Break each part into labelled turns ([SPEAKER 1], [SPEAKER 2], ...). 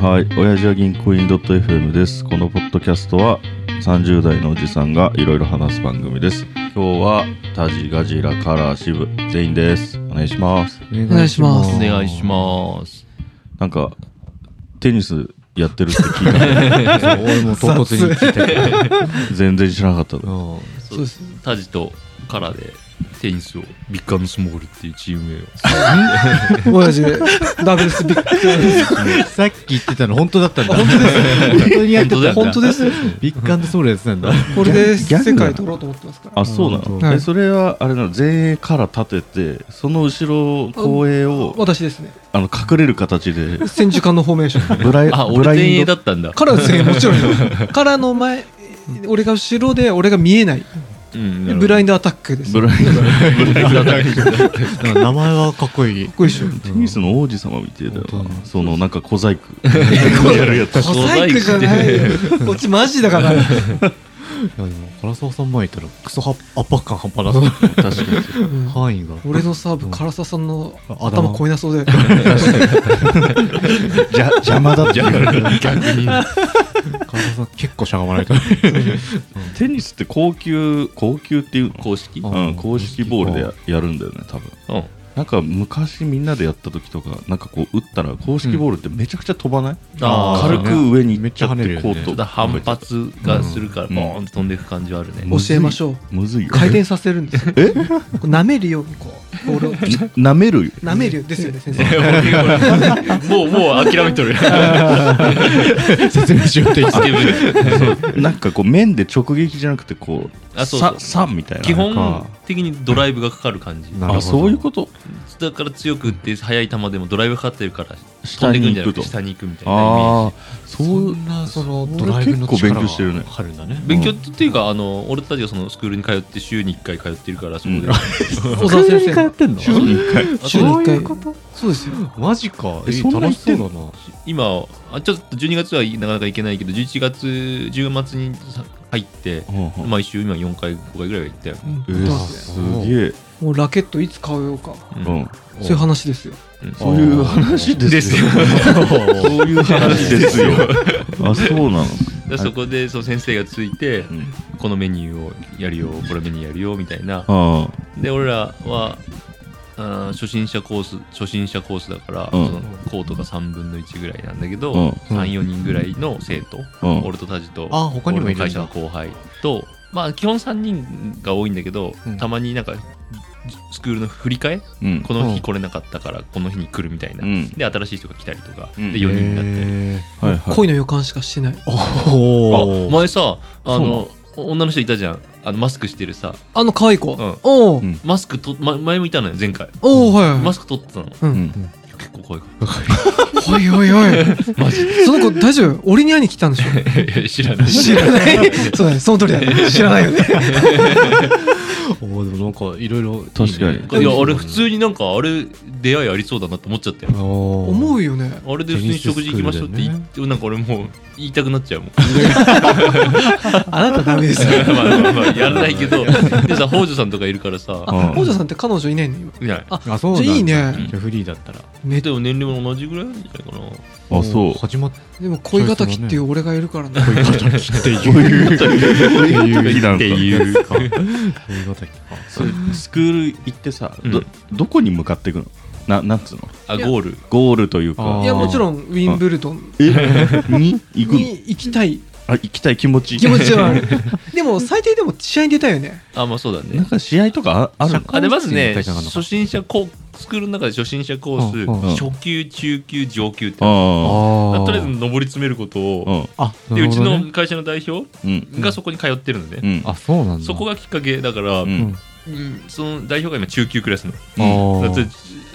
[SPEAKER 1] はい、親父は銀行員 .fm です。このポッドキャストは30代のおじさんがいろいろ話す番組です。今日はタジガジラカラー支部全員です。お願いします。
[SPEAKER 2] お
[SPEAKER 3] 願いします
[SPEAKER 2] お
[SPEAKER 3] お
[SPEAKER 2] 願いします。
[SPEAKER 1] なんかテニスやってるって聞 いたの
[SPEAKER 3] 俺も唐突に聞いたけど。
[SPEAKER 1] 全然知らなかった。
[SPEAKER 3] うん
[SPEAKER 2] そうです。タジとカラでテニスをビッグスモールっていうチーム名を。
[SPEAKER 4] 親父でダブルスビッ グ
[SPEAKER 3] さっき言ってたの本当だったんだ。本当です。本当にやってたんだ。
[SPEAKER 2] 本当だ
[SPEAKER 4] よ
[SPEAKER 3] ビッグソウルやってたんだ。
[SPEAKER 4] これで
[SPEAKER 1] ギャグだ
[SPEAKER 4] 世界取ろうと思ってますから
[SPEAKER 1] あ、そうなの、
[SPEAKER 4] はい
[SPEAKER 1] えそれはあれなの前衛から立ててその後ろ後衛を
[SPEAKER 4] 私ですね
[SPEAKER 1] あの隠れる形で
[SPEAKER 4] 千手観のフォーメーション
[SPEAKER 1] ブライブ
[SPEAKER 2] あ、
[SPEAKER 1] ラ
[SPEAKER 2] 俺前
[SPEAKER 1] イ
[SPEAKER 2] 衛
[SPEAKER 1] ン
[SPEAKER 2] だ
[SPEAKER 1] ド
[SPEAKER 2] ったんだ。
[SPEAKER 4] からですねもちろんからの前俺が後ろで俺が見えない
[SPEAKER 2] うん
[SPEAKER 4] ブラインドアタックです
[SPEAKER 1] ブ
[SPEAKER 4] かっ
[SPEAKER 1] ラインド
[SPEAKER 3] なんか名前はかっこいい。
[SPEAKER 4] こいいっしょ
[SPEAKER 1] テニスの王子様みたいだよ
[SPEAKER 3] 本当
[SPEAKER 1] なそのなんか小細 工やるやつ
[SPEAKER 4] 小細工じゃないよこっちマジだから
[SPEAKER 3] いやでも唐沢さん前いたらクソは圧迫感半端なさそう。
[SPEAKER 1] 確かに
[SPEAKER 3] 範囲が。
[SPEAKER 4] 俺のサーブ唐沢さんの
[SPEAKER 3] 頭
[SPEAKER 4] 頭超えなそうで
[SPEAKER 1] じゃ邪魔だって
[SPEAKER 2] 逆に。
[SPEAKER 3] 唐沢さん結構しゃがまないと。
[SPEAKER 1] テニスって高級高級っていうの
[SPEAKER 2] 公式う
[SPEAKER 3] あ
[SPEAKER 2] ん。
[SPEAKER 1] うん、公式ボールでややるんだよね多分なんか昔みんなでやった時とかなんかこう打ったら公式ボールってめちゃくちゃ飛ばない、
[SPEAKER 2] あ
[SPEAKER 3] ー
[SPEAKER 1] 軽
[SPEAKER 2] ー
[SPEAKER 1] く上に行っちゃっ
[SPEAKER 3] めっちゃ跳ねる
[SPEAKER 1] て
[SPEAKER 3] よ
[SPEAKER 1] コ
[SPEAKER 3] ね
[SPEAKER 2] ちょ
[SPEAKER 1] ー
[SPEAKER 2] っと
[SPEAKER 1] ト
[SPEAKER 2] 反発がするから、
[SPEAKER 1] うん
[SPEAKER 2] ボーンと飛んでいく感じはあるね。
[SPEAKER 4] 教えましょう
[SPEAKER 1] むずいよ
[SPEAKER 4] 回転させるんですよ
[SPEAKER 1] え
[SPEAKER 4] こう舐めるようにこうボールを
[SPEAKER 1] なめるよ
[SPEAKER 4] 舐めるようですよね先生
[SPEAKER 2] もう、もう諦めとる。
[SPEAKER 3] 説明しようと言って
[SPEAKER 2] スケベ
[SPEAKER 1] なんかこう面で直撃じゃなくてこう
[SPEAKER 2] あそうそう
[SPEAKER 1] ささみたいな
[SPEAKER 2] 基
[SPEAKER 1] なん
[SPEAKER 2] 本
[SPEAKER 1] か
[SPEAKER 2] 的にドライブがかかる感じ。
[SPEAKER 3] なるほど
[SPEAKER 1] あそういうこと
[SPEAKER 2] だから強く打って、速い球でもドライブかかってるから、飛
[SPEAKER 1] 下
[SPEAKER 2] んでくん
[SPEAKER 1] に
[SPEAKER 2] じゃ
[SPEAKER 1] 行く
[SPEAKER 2] なく
[SPEAKER 1] と
[SPEAKER 2] て、下に行くみたいなイメ
[SPEAKER 1] あ
[SPEAKER 2] ージ。
[SPEAKER 1] あそ
[SPEAKER 3] そ
[SPEAKER 1] うん
[SPEAKER 3] なその
[SPEAKER 1] それ
[SPEAKER 3] ドライブ
[SPEAKER 1] 結
[SPEAKER 3] の
[SPEAKER 1] 構
[SPEAKER 3] 力
[SPEAKER 1] 勉強してるね
[SPEAKER 3] がかかるんだね。
[SPEAKER 2] 勉強っていうか、あの俺たちがそのスクールに通って週に1回通ってるからそこで、
[SPEAKER 1] うん
[SPEAKER 4] 小沢先生の
[SPEAKER 3] てんの？
[SPEAKER 1] 週に一回
[SPEAKER 4] 週に一
[SPEAKER 3] そうい
[SPEAKER 4] 回
[SPEAKER 3] うこと
[SPEAKER 4] そうですよ
[SPEAKER 3] マジか。
[SPEAKER 1] え
[SPEAKER 3] え
[SPEAKER 1] そんな
[SPEAKER 3] 楽しそうだ
[SPEAKER 1] 言
[SPEAKER 3] な。
[SPEAKER 2] 今あちょっと12月はなかなか行けないけど11月10月にさ入って
[SPEAKER 1] うんうん
[SPEAKER 2] 毎週今4回5回ぐらいは行ったよ、
[SPEAKER 4] うん
[SPEAKER 1] えー
[SPEAKER 4] どうぞ
[SPEAKER 1] すげえ、
[SPEAKER 4] もうラケットいつ買おうか
[SPEAKER 2] う
[SPEAKER 1] うんん、
[SPEAKER 4] そういう話ですよ
[SPEAKER 1] そういう話ですよそういう話ですよ。あ、そうなの。
[SPEAKER 2] でそこでその先生がついて
[SPEAKER 1] うん
[SPEAKER 2] このメニューをやるよこれメニューやるよみたいな
[SPEAKER 1] あ
[SPEAKER 2] で俺らはあー初心者コース初心者コースだから、
[SPEAKER 1] うん
[SPEAKER 2] そのコートが3分の1ぐらいなんだけど、
[SPEAKER 1] うん
[SPEAKER 2] 34人ぐらいの生徒、
[SPEAKER 1] うん
[SPEAKER 2] 俺とタジと
[SPEAKER 3] あ他にもいるんだ
[SPEAKER 2] 俺の会社の後輩とまあ基本3人が多いんだけど、
[SPEAKER 3] うん
[SPEAKER 2] たまになんかスクールの振り替え
[SPEAKER 1] あ、うん、
[SPEAKER 2] この
[SPEAKER 3] うん
[SPEAKER 2] 日来れなかったからこの日に来るみたいな、
[SPEAKER 1] うん
[SPEAKER 2] で新しい人が来たりとか、
[SPEAKER 1] うん
[SPEAKER 2] で4人になって
[SPEAKER 3] へー
[SPEAKER 1] はいはい。
[SPEAKER 4] 恋の予感しかしてない
[SPEAKER 3] お
[SPEAKER 2] あ
[SPEAKER 3] お。
[SPEAKER 2] 前さ
[SPEAKER 1] そ
[SPEAKER 2] あ
[SPEAKER 1] うなの
[SPEAKER 2] の女の人いたじゃんあのマスクしてるさ
[SPEAKER 4] あの可愛い子
[SPEAKER 2] ん
[SPEAKER 4] お
[SPEAKER 1] うん
[SPEAKER 4] う
[SPEAKER 2] マスクと、ま、前もいたのよ前回
[SPEAKER 4] おうはい
[SPEAKER 2] マ
[SPEAKER 4] は
[SPEAKER 2] スク取ってたの
[SPEAKER 1] うん、
[SPEAKER 2] 結構怖いか
[SPEAKER 4] いおいおいおいマジその子大丈夫俺に会いに来たんでしょ
[SPEAKER 2] ら 知らない
[SPEAKER 4] 知らない そうだねその通りだね知らないよね
[SPEAKER 3] おおでもなんかいろいろいいね
[SPEAKER 1] 確かに
[SPEAKER 2] いや俺普通になんかあれ出会いありそうだなって思っちゃったよ
[SPEAKER 3] 思
[SPEAKER 4] 思うよね
[SPEAKER 2] あれで普通に食事行きましょうって言って、なんか俺もう言いたくなっちゃうもん
[SPEAKER 4] あなたダメですよ
[SPEAKER 2] まあまあまあやらない けどでさ北条さんとかいるからさ
[SPEAKER 1] うん
[SPEAKER 4] あ北条さんって彼女いないの今
[SPEAKER 2] いない
[SPEAKER 4] あ
[SPEAKER 3] あそうなん
[SPEAKER 4] じ
[SPEAKER 3] だ
[SPEAKER 4] ゃあいいね
[SPEAKER 3] じゃあフリーだったら
[SPEAKER 4] め
[SPEAKER 2] でも年齢も同じぐらいなんじゃない かな
[SPEAKER 1] あ、そう。
[SPEAKER 3] 始まっ
[SPEAKER 4] でも恋敵っていう俺がいるからね
[SPEAKER 3] 恋敵っていう
[SPEAKER 1] いう
[SPEAKER 3] いう
[SPEAKER 1] なん
[SPEAKER 2] って
[SPEAKER 1] か
[SPEAKER 2] いう
[SPEAKER 3] 恋敵か
[SPEAKER 1] それスクール行ってさ、
[SPEAKER 2] うん
[SPEAKER 1] どどこに向かっていくのななんつうの
[SPEAKER 2] あゴール
[SPEAKER 1] ゴールという
[SPEAKER 3] あー
[SPEAKER 1] か
[SPEAKER 4] いやもちろんウィンブルドン
[SPEAKER 1] えに行くの
[SPEAKER 4] に行きたい
[SPEAKER 1] あ行きたい気持ち
[SPEAKER 4] 気持ちはある でも最低でも試合に出たいよね
[SPEAKER 2] あまあそうだ
[SPEAKER 1] なん
[SPEAKER 2] ね
[SPEAKER 1] か試合とかああるの
[SPEAKER 2] あでまずね
[SPEAKER 3] 社会人みたいなのか
[SPEAKER 2] 初心者コスクールの中で初心者コース、
[SPEAKER 3] うん
[SPEAKER 1] うん
[SPEAKER 2] 初級中級上級ってあ
[SPEAKER 1] あ
[SPEAKER 3] あ
[SPEAKER 2] とりあえず上り詰めることを、
[SPEAKER 3] あ
[SPEAKER 2] でうち
[SPEAKER 3] なるほどね
[SPEAKER 2] の会社の代表
[SPEAKER 1] うんうん
[SPEAKER 2] がそこに通ってるのね、
[SPEAKER 1] うん
[SPEAKER 3] あそうなんだ
[SPEAKER 2] そこがきっかけだから、
[SPEAKER 1] うん
[SPEAKER 3] うん
[SPEAKER 2] うんその代表が今中級クラスの
[SPEAKER 3] あー
[SPEAKER 2] だって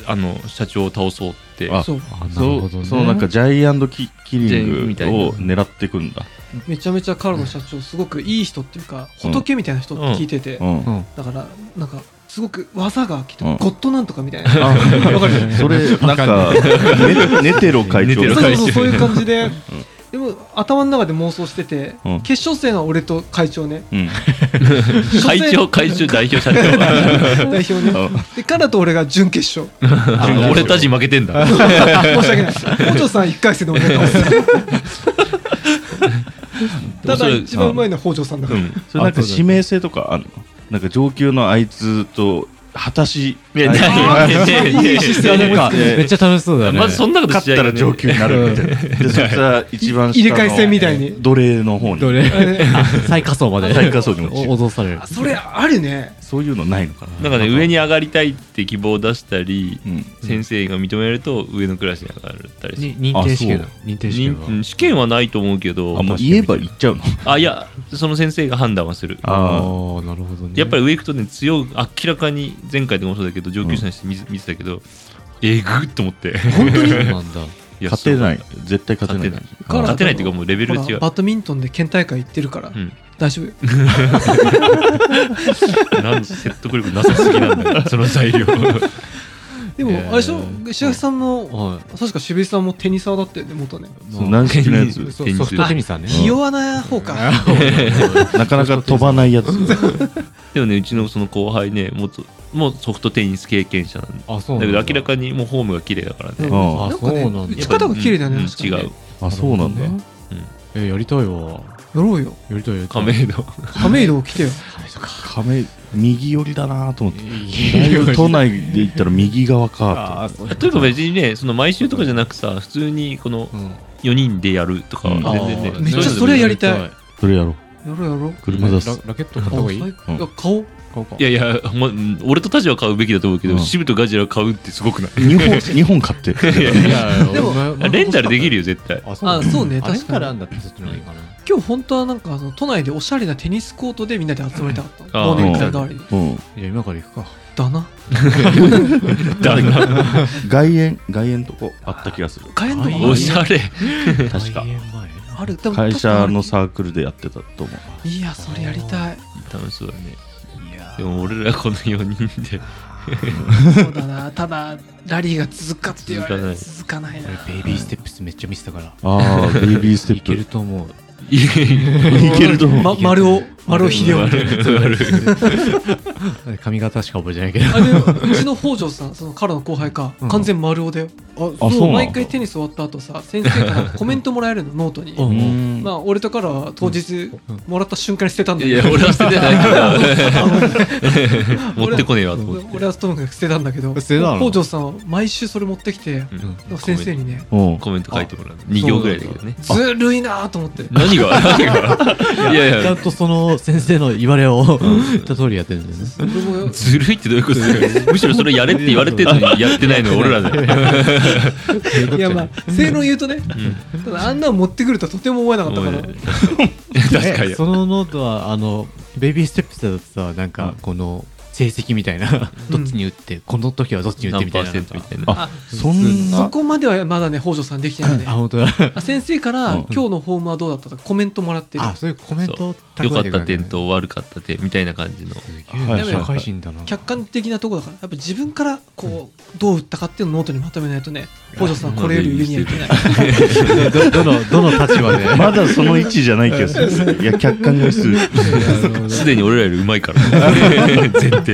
[SPEAKER 2] あの社長を倒そうって
[SPEAKER 1] あ
[SPEAKER 4] そう
[SPEAKER 3] あなる
[SPEAKER 1] そ
[SPEAKER 3] ほ
[SPEAKER 1] う
[SPEAKER 3] どね
[SPEAKER 1] そうなんかジャイアントキキリン
[SPEAKER 2] ジャイ
[SPEAKER 1] グ
[SPEAKER 2] みたいな
[SPEAKER 1] を狙っていくんだ
[SPEAKER 4] めちゃめちゃカロの社長すごくいい人っていうか仏みたいな人って聞いてて、
[SPEAKER 1] うん
[SPEAKER 3] うん
[SPEAKER 4] だからなんかすごく技がきっと、
[SPEAKER 1] うん
[SPEAKER 4] ゴッドなんとかみたいな、
[SPEAKER 3] わかる
[SPEAKER 1] それなん
[SPEAKER 3] わか
[SPEAKER 1] かネネテロ会
[SPEAKER 2] ネテ
[SPEAKER 1] 長
[SPEAKER 2] ロ
[SPEAKER 4] そう
[SPEAKER 2] 会
[SPEAKER 4] そうそういう感じで、でも頭の中で妄想してて、
[SPEAKER 1] うん
[SPEAKER 4] 決勝戦は俺と会長ね
[SPEAKER 1] うん。
[SPEAKER 2] 会長、会長、代表、社長。
[SPEAKER 4] 代表ねでカラと俺が準決勝
[SPEAKER 2] あ俺たち負けてんだ。
[SPEAKER 4] 申し訳ない北条さん1回戦でお願いしますただ一番うまいのは北条さんだから、
[SPEAKER 1] それなんか指名性とかあんのなんか上級のあいつと果たし
[SPEAKER 2] いや、ないやいやいやいや
[SPEAKER 3] いや、なんか、めっちゃ楽しそうだね。
[SPEAKER 2] まずそんなことしち
[SPEAKER 1] 勝
[SPEAKER 2] ゃ
[SPEAKER 1] った
[SPEAKER 2] いけな
[SPEAKER 1] ら上
[SPEAKER 2] い
[SPEAKER 1] 級になるみたいなでそしたら一番下の
[SPEAKER 4] 入れ替え戦みたいに
[SPEAKER 1] 奴隷の方
[SPEAKER 3] ど
[SPEAKER 1] に
[SPEAKER 3] れあ最下層まで。
[SPEAKER 1] 最下層に落ちる
[SPEAKER 3] お脅される
[SPEAKER 4] あ。それあるね
[SPEAKER 1] そういうのないのかな
[SPEAKER 2] なんかね、上に上がりたいって希望を出したり、
[SPEAKER 1] うん
[SPEAKER 2] 先生が認めると上のクラスに上がったりする。
[SPEAKER 3] に認定試験だ
[SPEAKER 1] あそ
[SPEAKER 3] 認定試
[SPEAKER 2] に
[SPEAKER 3] 験は
[SPEAKER 2] うん試験はないと思うけど
[SPEAKER 1] あ、もう言えば言っちゃうの
[SPEAKER 2] あ、いや、その先生が判断はする。
[SPEAKER 1] あ
[SPEAKER 3] あ
[SPEAKER 1] ー
[SPEAKER 3] あなるほどね
[SPEAKER 2] やっぱり上行くとね、強い、明らかに、前回とかもそうだけど、上級者にして見,、見てたけど、えぐっと思って。
[SPEAKER 3] 本当にそうなんだ
[SPEAKER 2] いや
[SPEAKER 1] 勝てない
[SPEAKER 2] そう
[SPEAKER 1] 絶対勝てない
[SPEAKER 2] 勝勝てないっていうかもうレベルが違う
[SPEAKER 4] ほらバドミントンで県大会行ってるから、
[SPEAKER 2] うん、
[SPEAKER 4] 大 丈夫よ
[SPEAKER 2] なん説得力なさすぎなん だよ、その材料。
[SPEAKER 4] でも、
[SPEAKER 3] えー
[SPEAKER 4] あれでしょ石垣さんも、
[SPEAKER 3] は
[SPEAKER 4] 確か渋井さんもテニサーだったよね元ね
[SPEAKER 3] い
[SPEAKER 1] そう軟式のやつ
[SPEAKER 3] ソ
[SPEAKER 2] テニス
[SPEAKER 3] ソフトテニスはね
[SPEAKER 4] ひ弱な方か、
[SPEAKER 1] なかなか飛ばないやつ
[SPEAKER 2] でもね、うちのその後輩ね、もうもうソフトテニス経験者なんだ。
[SPEAKER 3] あそう
[SPEAKER 2] だ
[SPEAKER 3] な
[SPEAKER 2] け
[SPEAKER 3] んだ
[SPEAKER 2] ど明らかにもうホームが綺麗だからね。
[SPEAKER 1] んあ
[SPEAKER 4] なんかね
[SPEAKER 3] そうなんだ
[SPEAKER 4] 打ち方が綺麗だよね、
[SPEAKER 2] うん
[SPEAKER 4] 確かにね
[SPEAKER 2] 違う。
[SPEAKER 1] あそうなんだ
[SPEAKER 3] ねえやりたいわ
[SPEAKER 4] やろうよ
[SPEAKER 3] やりたいやりたい
[SPEAKER 2] 亀戸。
[SPEAKER 4] 亀戸を来てよ
[SPEAKER 1] 亀右寄りだなと思って
[SPEAKER 3] いいよ
[SPEAKER 1] 都内で行ったら右側か
[SPEAKER 3] あーそう
[SPEAKER 2] というか別にね、その毎週とかじゃなくさ、普通にこの
[SPEAKER 3] うん
[SPEAKER 2] 4人でやるとか、
[SPEAKER 1] うん
[SPEAKER 2] 全然ね
[SPEAKER 3] あー
[SPEAKER 2] そういうのでも
[SPEAKER 4] めっちゃそれやりたい
[SPEAKER 1] とそれやろう
[SPEAKER 4] やろうやろう
[SPEAKER 1] 車出す
[SPEAKER 3] ララケット買った方がいい
[SPEAKER 4] あ
[SPEAKER 3] 買
[SPEAKER 1] う
[SPEAKER 4] 最
[SPEAKER 1] ん
[SPEAKER 4] いや顔
[SPEAKER 3] おうか
[SPEAKER 2] いやいや、ほんまうん俺とタジは買うべきだと思うけ
[SPEAKER 1] う
[SPEAKER 2] ど、
[SPEAKER 1] ん
[SPEAKER 2] シブとガジラ買うってすごくない
[SPEAKER 1] 日本日本買って
[SPEAKER 2] いやい
[SPEAKER 3] いやいや
[SPEAKER 4] でも
[SPEAKER 3] お前
[SPEAKER 2] やレンタルできるよ、絶対。
[SPEAKER 3] あ
[SPEAKER 4] あそうね
[SPEAKER 3] あレン
[SPEAKER 4] 確かに
[SPEAKER 3] タルあんだったらそっちの方がいいかな
[SPEAKER 4] 今日本当はなんかあの都内でおしゃれなテニスコートでみんなで集まりたかった
[SPEAKER 2] あー
[SPEAKER 4] 忘年会代わりに
[SPEAKER 1] うん
[SPEAKER 3] いや今から行くか
[SPEAKER 4] だな
[SPEAKER 2] だな
[SPEAKER 1] 外苑外苑とこあった気がする
[SPEAKER 4] 帰んのか
[SPEAKER 3] あ
[SPEAKER 4] な
[SPEAKER 3] ー
[SPEAKER 2] おしゃれ。
[SPEAKER 1] 確か
[SPEAKER 3] 開演前
[SPEAKER 4] あるでも
[SPEAKER 1] 会
[SPEAKER 4] 確
[SPEAKER 1] 社
[SPEAKER 4] かに
[SPEAKER 1] のサークルでやってたと思う
[SPEAKER 4] いやそれやりたい
[SPEAKER 2] 楽しそうだね。
[SPEAKER 3] いや
[SPEAKER 2] でも俺らこの4人 で。
[SPEAKER 4] そうだなただラリーが続くかって言われる続かないな
[SPEAKER 3] 俺ベイビーステップスめっちゃ見せたから
[SPEAKER 1] ああベイビーステ
[SPEAKER 3] い
[SPEAKER 1] ップ
[SPEAKER 3] けると 思う
[SPEAKER 2] いや
[SPEAKER 1] いけると思う
[SPEAKER 4] ま、丸尾丸尾秀夫あ
[SPEAKER 3] 髪型しか覚えてないけど
[SPEAKER 4] でもうちの北条さんそのからの後輩か、
[SPEAKER 3] うん
[SPEAKER 4] 完全丸尾だよ
[SPEAKER 1] あそうなんだ
[SPEAKER 4] 毎回テニス終わった後さ先生からコメントもらえるのノートに、
[SPEAKER 3] うん
[SPEAKER 1] うん
[SPEAKER 4] まあ俺とからは当日もらった瞬間に捨てたんだ
[SPEAKER 2] い
[SPEAKER 4] け
[SPEAKER 2] や、
[SPEAKER 4] ど
[SPEAKER 2] 俺は捨ててないけど。持ってこねえわと思って。
[SPEAKER 4] 俺はともかく捨てたんだけど
[SPEAKER 3] 捨てたの
[SPEAKER 4] 北条さんは毎週それ持ってきて、
[SPEAKER 2] うん
[SPEAKER 3] うん
[SPEAKER 4] 先生にね
[SPEAKER 1] うん
[SPEAKER 2] コメント書いてもらう。2行ぐらいだけどね。
[SPEAKER 4] ずるいなと思って
[SPEAKER 2] 何が何がいやい
[SPEAKER 3] ちゃ
[SPEAKER 2] や
[SPEAKER 3] ん、とその先生の言わ れを言った通りやってるんだよね。
[SPEAKER 4] 俺も
[SPEAKER 2] ずるいってどういうことだよむしろそれやれって言われてるのにやってないのは俺らだよ。
[SPEAKER 4] いや まあ正論言うとね、ただあんなの持ってくるとはとても思えなかったから、
[SPEAKER 2] 確かに
[SPEAKER 3] え。そのノートは、あの、ベイビーステップスだとさ、なんか、この、成績みたいな、
[SPEAKER 4] う
[SPEAKER 3] ど
[SPEAKER 4] ん
[SPEAKER 3] っちに打って、この時はどっちに打って
[SPEAKER 2] 何
[SPEAKER 3] み
[SPEAKER 2] パ
[SPEAKER 3] たいな。
[SPEAKER 2] ーセントみたいな。
[SPEAKER 1] あそん
[SPEAKER 4] そ
[SPEAKER 1] な
[SPEAKER 4] こまではまだね北条さんできてないね
[SPEAKER 3] あ、本当だ。
[SPEAKER 4] あ先生から、今日のフォームはどうだったとかコメントもらってる
[SPEAKER 3] あ、そういうコメント
[SPEAKER 2] 良かった点
[SPEAKER 3] 点。
[SPEAKER 2] と悪かった点みたいな感じの。
[SPEAKER 3] すげえな
[SPEAKER 1] はい
[SPEAKER 3] 社会人だな。
[SPEAKER 4] 客観的なとこだからやっぱ自分からこうどう打ったかっていうのをノートにまとめないとね北条さんこれより上にはいけない
[SPEAKER 3] どどの、どの立場で。
[SPEAKER 1] まだその位置じゃない気が するいや客観がする
[SPEAKER 2] すでに俺らよりうまい から。前提。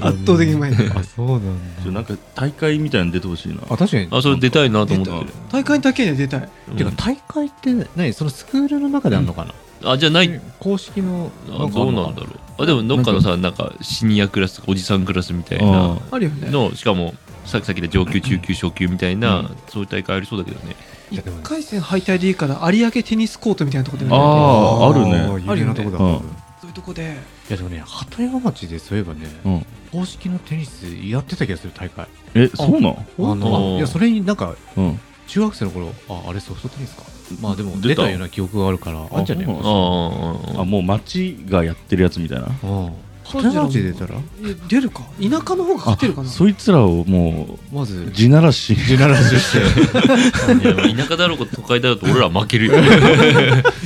[SPEAKER 4] 圧倒的にうまい
[SPEAKER 3] あ、そうなんだ。
[SPEAKER 1] なんか大会みたいなの出てほしいな
[SPEAKER 3] あ、確かに。
[SPEAKER 2] あ、それ出たいなと思って
[SPEAKER 4] 大会だけには出たい
[SPEAKER 2] る。
[SPEAKER 3] てか、大会って、何そのスクールの中であるのかな
[SPEAKER 2] あ、じゃあない
[SPEAKER 3] 公式の、
[SPEAKER 2] あどうなんだろうあでもどっかのさなんかシニアクラスとかおじさんクラスみたい
[SPEAKER 1] あ
[SPEAKER 2] な
[SPEAKER 4] あるよね
[SPEAKER 2] のしかもさっきさっきで上級中級昇級みたいな、そういう大会ありそうだけどね
[SPEAKER 4] 1回戦敗退でいいから有明テニスコートみたいなとこでね
[SPEAKER 1] あ
[SPEAKER 4] そ
[SPEAKER 1] あーある
[SPEAKER 4] ね
[SPEAKER 3] 有名なとこだ。
[SPEAKER 1] あるよね
[SPEAKER 3] 多分
[SPEAKER 4] ういうとこで
[SPEAKER 3] いやでもね、鳩山町でそういえばね、
[SPEAKER 1] うん
[SPEAKER 3] 公式のテニスやってた気がする大会。
[SPEAKER 1] えそうなん
[SPEAKER 3] あ
[SPEAKER 4] 本
[SPEAKER 2] 当
[SPEAKER 3] のいやそれになんか
[SPEAKER 1] うん
[SPEAKER 3] 中学生の頃、ああれソフトテニスか。まあでも
[SPEAKER 2] 出
[SPEAKER 3] 出
[SPEAKER 2] た
[SPEAKER 3] たような記憶があるから、あんじゃねえ
[SPEAKER 1] あそ
[SPEAKER 2] あ
[SPEAKER 3] の。
[SPEAKER 2] あ
[SPEAKER 1] あもう町がやってるやつみたいな
[SPEAKER 3] うん鳩山町で出たら、
[SPEAKER 4] え出るか田舎の方が勝てるかな
[SPEAKER 1] そいつらをも
[SPEAKER 3] まず
[SPEAKER 1] う地ならし地ならし
[SPEAKER 2] いや田舎だろうか都会だろうと俺ら負けるよ
[SPEAKER 3] い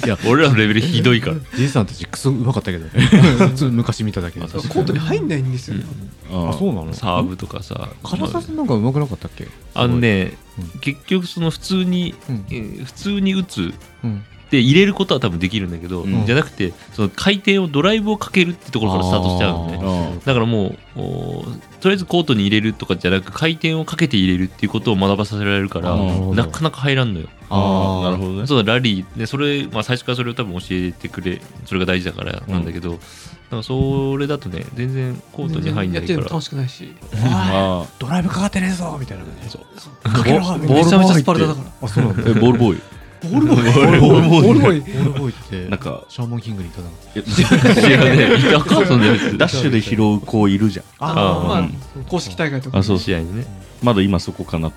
[SPEAKER 3] や
[SPEAKER 2] 俺らのレベルひどいから
[SPEAKER 3] じいさんたちクソうまかったけどね、普通昔見ただけで。
[SPEAKER 2] あ
[SPEAKER 3] あ
[SPEAKER 2] 確
[SPEAKER 4] コートに入んないんですよ、
[SPEAKER 2] うん
[SPEAKER 1] あ
[SPEAKER 3] そうなの？
[SPEAKER 2] サーブとかさ
[SPEAKER 3] 唐沢
[SPEAKER 2] ま
[SPEAKER 3] さんなんかうまくなかったっけ？
[SPEAKER 2] ああのね結局その普通に、
[SPEAKER 3] うん
[SPEAKER 2] えー普通に打つ
[SPEAKER 3] うん
[SPEAKER 2] で入れることは多分できるんだけど、
[SPEAKER 1] うん
[SPEAKER 2] じゃなくてその回転をドライブをかけるってところからスタートしちゃうのね
[SPEAKER 1] あ
[SPEAKER 2] だからもうおーとりあえずコートに入れるとかじゃなく回転をかけて入れるっていうことを学ばさせられるから
[SPEAKER 1] あーなる
[SPEAKER 3] ほど
[SPEAKER 2] なかなか入らんのよ
[SPEAKER 1] あーなる
[SPEAKER 3] ほ
[SPEAKER 1] ほどね
[SPEAKER 2] そうだラリーでそれ、まあ、最初からそれを多分教えてくれそれが大事だからなんだけど、なんかそれだとね全然コートに入んな
[SPEAKER 4] やっ
[SPEAKER 2] いか
[SPEAKER 4] て
[SPEAKER 2] ら
[SPEAKER 4] るの楽しくないし
[SPEAKER 1] あ
[SPEAKER 3] ドライブかかってねえぞみたいな感じ
[SPEAKER 1] あ
[SPEAKER 3] かけろ
[SPEAKER 1] ボ
[SPEAKER 3] ボ
[SPEAKER 4] め
[SPEAKER 1] ボ
[SPEAKER 4] ち
[SPEAKER 1] ー
[SPEAKER 4] ゃ
[SPEAKER 1] ルボ
[SPEAKER 4] めちゃ
[SPEAKER 1] ーイ
[SPEAKER 4] ス
[SPEAKER 1] って
[SPEAKER 4] パルタだから
[SPEAKER 3] あそうなんだ
[SPEAKER 1] えボールボーイ
[SPEAKER 4] ボールボーイ
[SPEAKER 1] ボールボーイ
[SPEAKER 4] ボールボーイ
[SPEAKER 3] ボールボーイって
[SPEAKER 1] なんか
[SPEAKER 3] シャーモンキングにいたな
[SPEAKER 1] え
[SPEAKER 2] 知らねえいたかそんなやつ
[SPEAKER 1] ダッシュで拾う子いるじゃん
[SPEAKER 2] あー
[SPEAKER 4] ま
[SPEAKER 1] う
[SPEAKER 4] あ
[SPEAKER 1] ん
[SPEAKER 4] 公式大会とか
[SPEAKER 1] あそう
[SPEAKER 2] 試合にね
[SPEAKER 1] まだ今そこかなって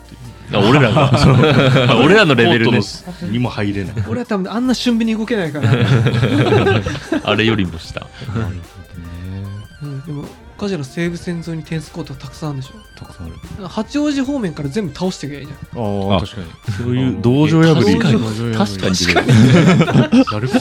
[SPEAKER 2] あ俺ら が俺らのレベルね
[SPEAKER 1] コートのにも入れない
[SPEAKER 4] 俺は多分あんな俊敏に動けないから、
[SPEAKER 2] あれよりも 下
[SPEAKER 3] なるほどね
[SPEAKER 4] うんでもカジュの西武線沿いにテニスコートがたくさんあるんでした
[SPEAKER 3] くさんある
[SPEAKER 4] ょ八王子方面から全部倒していけばいいじゃん
[SPEAKER 3] あ
[SPEAKER 1] あ
[SPEAKER 3] あ確かに
[SPEAKER 1] そういう道場破り
[SPEAKER 2] 確かに確
[SPEAKER 3] 確
[SPEAKER 2] か
[SPEAKER 3] か
[SPEAKER 2] に
[SPEAKER 3] にやるか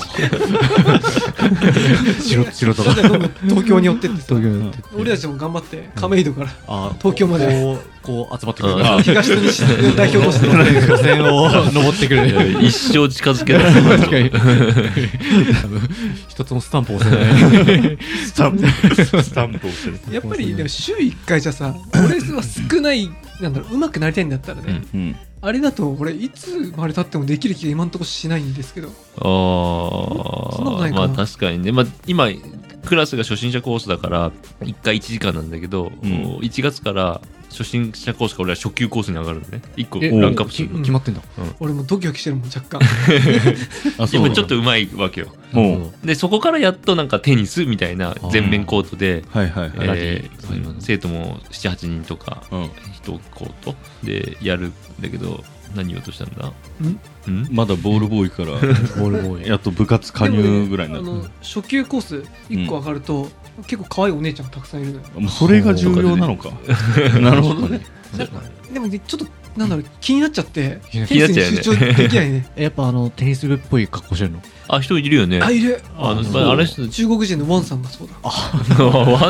[SPEAKER 3] 白白 とか
[SPEAKER 4] それでどんどん東京に寄ってってさ
[SPEAKER 3] 東京に寄ってって
[SPEAKER 4] 俺たちも頑張って亀戸から
[SPEAKER 3] あー
[SPEAKER 4] 東京まで
[SPEAKER 3] こうこう集まってくる
[SPEAKER 2] うん
[SPEAKER 3] あー
[SPEAKER 4] 東と西の代表として
[SPEAKER 3] 漁船を登ってくる
[SPEAKER 2] 一生近づけない
[SPEAKER 3] 確かに 多分一つもスタンプ押せない
[SPEAKER 1] スタンプス タンプをしてる
[SPEAKER 4] やっぱりでも週1回じゃさ俺は少ないなんだろううまくなりたいんだったらね、
[SPEAKER 2] うん
[SPEAKER 1] うん
[SPEAKER 4] あれだと俺いつまでたってもできる気が今のところしないんですけど
[SPEAKER 2] あー
[SPEAKER 4] そんなことないか
[SPEAKER 2] ま
[SPEAKER 4] な
[SPEAKER 2] あ確かにね、まあ、今クラスが初心者コースだから1回1時間なんだけど、
[SPEAKER 1] うん
[SPEAKER 2] 1月から初心者コースから俺は初級コースに上がるのね1個
[SPEAKER 3] え
[SPEAKER 2] ランクアップする
[SPEAKER 3] き決まってんだ
[SPEAKER 4] 俺もドキドキしてるもん若干
[SPEAKER 1] あそう
[SPEAKER 2] 今
[SPEAKER 1] だ
[SPEAKER 2] ちょっとうまいわけよ
[SPEAKER 1] もう
[SPEAKER 2] でそこからやっとなんかテニスみたいな
[SPEAKER 3] ー
[SPEAKER 2] 全面コートで、
[SPEAKER 1] はいはいはい、
[SPEAKER 2] えー
[SPEAKER 3] そういうのね
[SPEAKER 2] 生徒も78人とか1コートでやるんだけど何言おうとしたんだん
[SPEAKER 1] うん、まだボールボーイから
[SPEAKER 3] ボールボーイ
[SPEAKER 1] やっと部活加入ぐらいにな
[SPEAKER 4] で
[SPEAKER 1] る、
[SPEAKER 4] もねあの初級コース1個上がると、結構可愛いお姉ちゃんがたくさんいるのよ
[SPEAKER 1] もうそれが重要なのかなるほどね
[SPEAKER 4] なんかでもねちょっとなんだろう気になっちゃって
[SPEAKER 3] 気になっ
[SPEAKER 4] テニスに集
[SPEAKER 2] ちゃう
[SPEAKER 4] 中
[SPEAKER 2] よね
[SPEAKER 4] できない ね
[SPEAKER 3] やっぱあのテニス部っぽい格好してるの
[SPEAKER 2] あ人いるよね
[SPEAKER 4] あいる
[SPEAKER 2] あの
[SPEAKER 3] そう
[SPEAKER 2] まああれ人
[SPEAKER 4] 中国人のワンさんがそうだ
[SPEAKER 2] ワ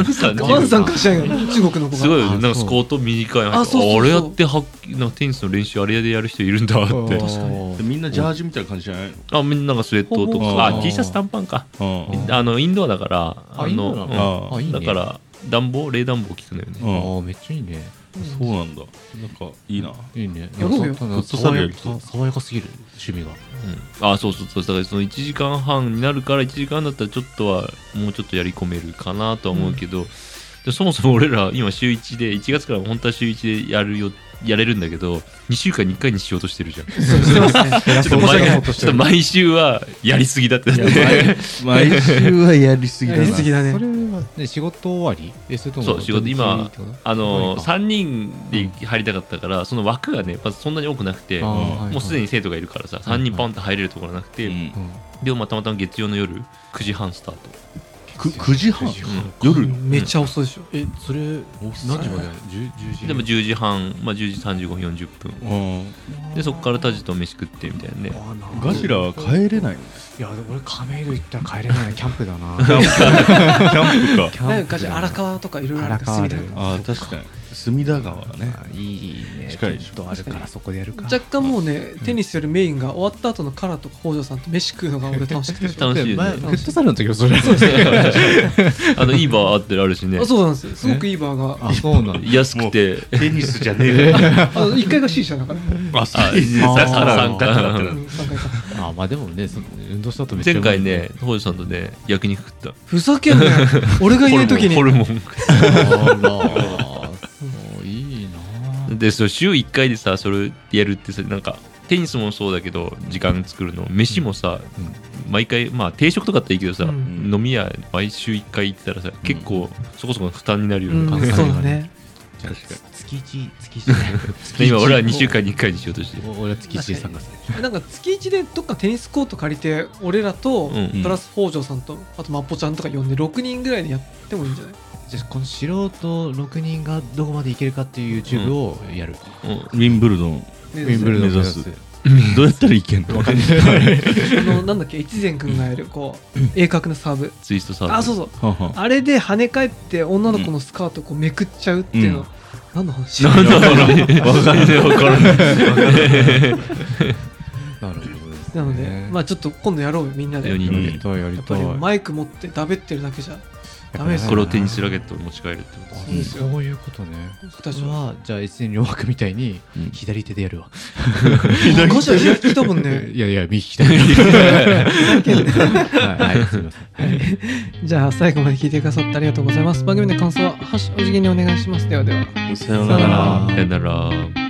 [SPEAKER 2] ンさん
[SPEAKER 4] ワンさん
[SPEAKER 2] か
[SPEAKER 4] かしらんよ中国の子が
[SPEAKER 2] すごいよね
[SPEAKER 3] あ
[SPEAKER 2] なんかスコート短いの
[SPEAKER 4] あそうそうそう
[SPEAKER 2] あれやってはっなんかテニスの練習あれでやる人いるんだって
[SPEAKER 4] ー確かに
[SPEAKER 1] でみんなジャージみたいな感じじゃない
[SPEAKER 2] あみんながスウェット
[SPEAKER 1] ほぼ
[SPEAKER 2] とかあ
[SPEAKER 1] あー
[SPEAKER 2] T シャツ短パンか
[SPEAKER 1] の
[SPEAKER 3] うん
[SPEAKER 2] あのインドアだから
[SPEAKER 3] あインドアな
[SPEAKER 2] うん
[SPEAKER 1] の
[SPEAKER 3] あいいね
[SPEAKER 2] だから暖房冷暖房効くのよね
[SPEAKER 1] う
[SPEAKER 3] あ
[SPEAKER 1] ん、うん
[SPEAKER 3] ーめっちゃいいね
[SPEAKER 1] そうなんだなんかいいない
[SPEAKER 3] いね
[SPEAKER 4] やろうよ
[SPEAKER 3] ただ
[SPEAKER 1] フットサルやる
[SPEAKER 3] 爽や爽やかすぎる趣味が
[SPEAKER 2] うんあそうそうそうだからその1時間半になるから1時間だったらちょっとはもうちょっとやり込めるかなとは思うけど、でそもそも俺ら今週1で1月から本当は週1でやるよやれるんだけど2週間に1回にしようとしてるじゃん
[SPEAKER 4] そうしてますね
[SPEAKER 3] ちょっ
[SPEAKER 2] ちょっと毎
[SPEAKER 4] ない
[SPEAKER 2] ちょっと毎週はやりすぎだってなって
[SPEAKER 1] 毎週はやりす
[SPEAKER 4] ぎだなやりすぎだね
[SPEAKER 3] それはね仕事終わりえそれとも
[SPEAKER 2] そう仕事今
[SPEAKER 3] 土日ってこと
[SPEAKER 2] あの
[SPEAKER 3] 終わ
[SPEAKER 2] 3人で入りたかったからその枠がねまずそんなに多くなくて
[SPEAKER 3] りかあ
[SPEAKER 2] も
[SPEAKER 3] ーはいはいう
[SPEAKER 2] すでに生徒がいるからさ3人パンって入れるところがなくて、
[SPEAKER 1] うん
[SPEAKER 3] うん
[SPEAKER 2] でまあたまたま月曜の夜9時半スタート
[SPEAKER 1] く9時半
[SPEAKER 3] 9時半
[SPEAKER 1] 夜の
[SPEAKER 4] めっちゃ遅いでしょ
[SPEAKER 3] えそれ何時までやる 10, 10時
[SPEAKER 2] でも10時半、まあ、10時35分40分
[SPEAKER 1] うん
[SPEAKER 2] でそこからタジと飯食ってみたい なね
[SPEAKER 1] ガジラは帰れない
[SPEAKER 3] いやでも俺亀戸行ったら帰れないなキャンプだな
[SPEAKER 1] キャンプキャンプか
[SPEAKER 3] キ
[SPEAKER 4] な
[SPEAKER 3] ャ
[SPEAKER 4] んか荒川とかいろいろあるから
[SPEAKER 3] 荒
[SPEAKER 4] 住
[SPEAKER 3] 川ある
[SPEAKER 4] み
[SPEAKER 1] あー確かに隅田川ね
[SPEAKER 3] あいいね
[SPEAKER 1] 近いでしょ
[SPEAKER 3] ちょっとあるからそこでやるか
[SPEAKER 4] 若干もうねテニスよりメインが終わった後のカラとか北条さんと飯食うのが俺楽しくてしょ
[SPEAKER 2] 楽しいよ
[SPEAKER 3] 前
[SPEAKER 2] ね
[SPEAKER 3] フットサルの時はそれそう
[SPEAKER 2] あのいいバーあってあるしね
[SPEAKER 4] あそうなんですよすごくいいバーが
[SPEAKER 3] あそうなんだ
[SPEAKER 2] 安くて
[SPEAKER 1] テニスじゃねえか
[SPEAKER 4] あの1階が C 社だから
[SPEAKER 1] あ
[SPEAKER 2] あ
[SPEAKER 1] そうですね
[SPEAKER 3] あー
[SPEAKER 1] だから
[SPEAKER 2] 参加
[SPEAKER 1] だからってなる
[SPEAKER 4] 3階か
[SPEAKER 3] あまあでもねそ運動した後めっちゃ
[SPEAKER 2] 前
[SPEAKER 3] うまい
[SPEAKER 2] 回ね北条さんとね焼肉食った
[SPEAKER 4] ふざけんなよ俺がいない時に
[SPEAKER 2] ホルモンホル
[SPEAKER 3] あらそういいな
[SPEAKER 2] モンでそう週1回でさそれやるってさなんかテニスもそうだけど時間作るの飯もさ
[SPEAKER 3] うん
[SPEAKER 2] 毎回まあ定食とかっていいけどさ、
[SPEAKER 4] うん
[SPEAKER 2] 飲み屋毎週1回行ってたらさ結構そこそこの負担になるような
[SPEAKER 4] う
[SPEAKER 2] 感
[SPEAKER 4] ん
[SPEAKER 2] じ、
[SPEAKER 4] そうだね
[SPEAKER 1] 確かに
[SPEAKER 3] 月一月一 月
[SPEAKER 2] 今俺は2週間に1回にしようとしてる
[SPEAKER 3] お俺は月一で参加する
[SPEAKER 4] なんか月一でどっかテニスコート借りて俺らと
[SPEAKER 2] うん
[SPEAKER 4] プラス北条さんとあとマッポちゃんとか呼んで6人ぐらいでやってもいいんじゃない
[SPEAKER 3] じゃあこの素人6人がどこまでいけるかっていう YouTube をやる
[SPEAKER 2] うん
[SPEAKER 1] ウィンブルドン
[SPEAKER 4] ね
[SPEAKER 1] ウィンブルドン目指す
[SPEAKER 3] 目指
[SPEAKER 1] どうやったらいけんの
[SPEAKER 4] あのなんだっけ越前君がやるこう鋭角なサーブ
[SPEAKER 2] ツイストサーブ
[SPEAKER 4] あそうそう
[SPEAKER 1] はんはん
[SPEAKER 4] あれで跳ね返って女の子のスカートをこうめくっちゃうっていうの、
[SPEAKER 1] うん
[SPEAKER 4] 何の話
[SPEAKER 2] なんだろうね
[SPEAKER 1] わかんない
[SPEAKER 2] わからない
[SPEAKER 3] なるほどですね
[SPEAKER 4] なので、まあちょっと今度やろうよみんなで
[SPEAKER 2] 4
[SPEAKER 4] や
[SPEAKER 2] 人
[SPEAKER 1] うん
[SPEAKER 3] や
[SPEAKER 2] で
[SPEAKER 3] りたいやり
[SPEAKER 4] ったぱ
[SPEAKER 3] い
[SPEAKER 4] りマイク持ってダベってるだけじゃダメです
[SPEAKER 2] これ
[SPEAKER 4] よ
[SPEAKER 2] をテニスラケットを持ち帰るってこと
[SPEAKER 4] そ
[SPEAKER 2] で
[SPEAKER 4] うですよ、
[SPEAKER 3] そういうことね
[SPEAKER 4] 僕たち
[SPEAKER 3] 私
[SPEAKER 4] は
[SPEAKER 3] はじゃあ SN 両枠みたいに
[SPEAKER 1] うん
[SPEAKER 3] 左手でやるわ、
[SPEAKER 4] 昔は左手聞いたもんね
[SPEAKER 3] いやいや右利きだよ はい、はい、すみません
[SPEAKER 4] じゃあ最後まで聞いてくださってありがとうございます番組の感想は「ハッシュお辞儀にお願いします」ではでは
[SPEAKER 1] さよう
[SPEAKER 2] す
[SPEAKER 1] なら
[SPEAKER 2] さよなら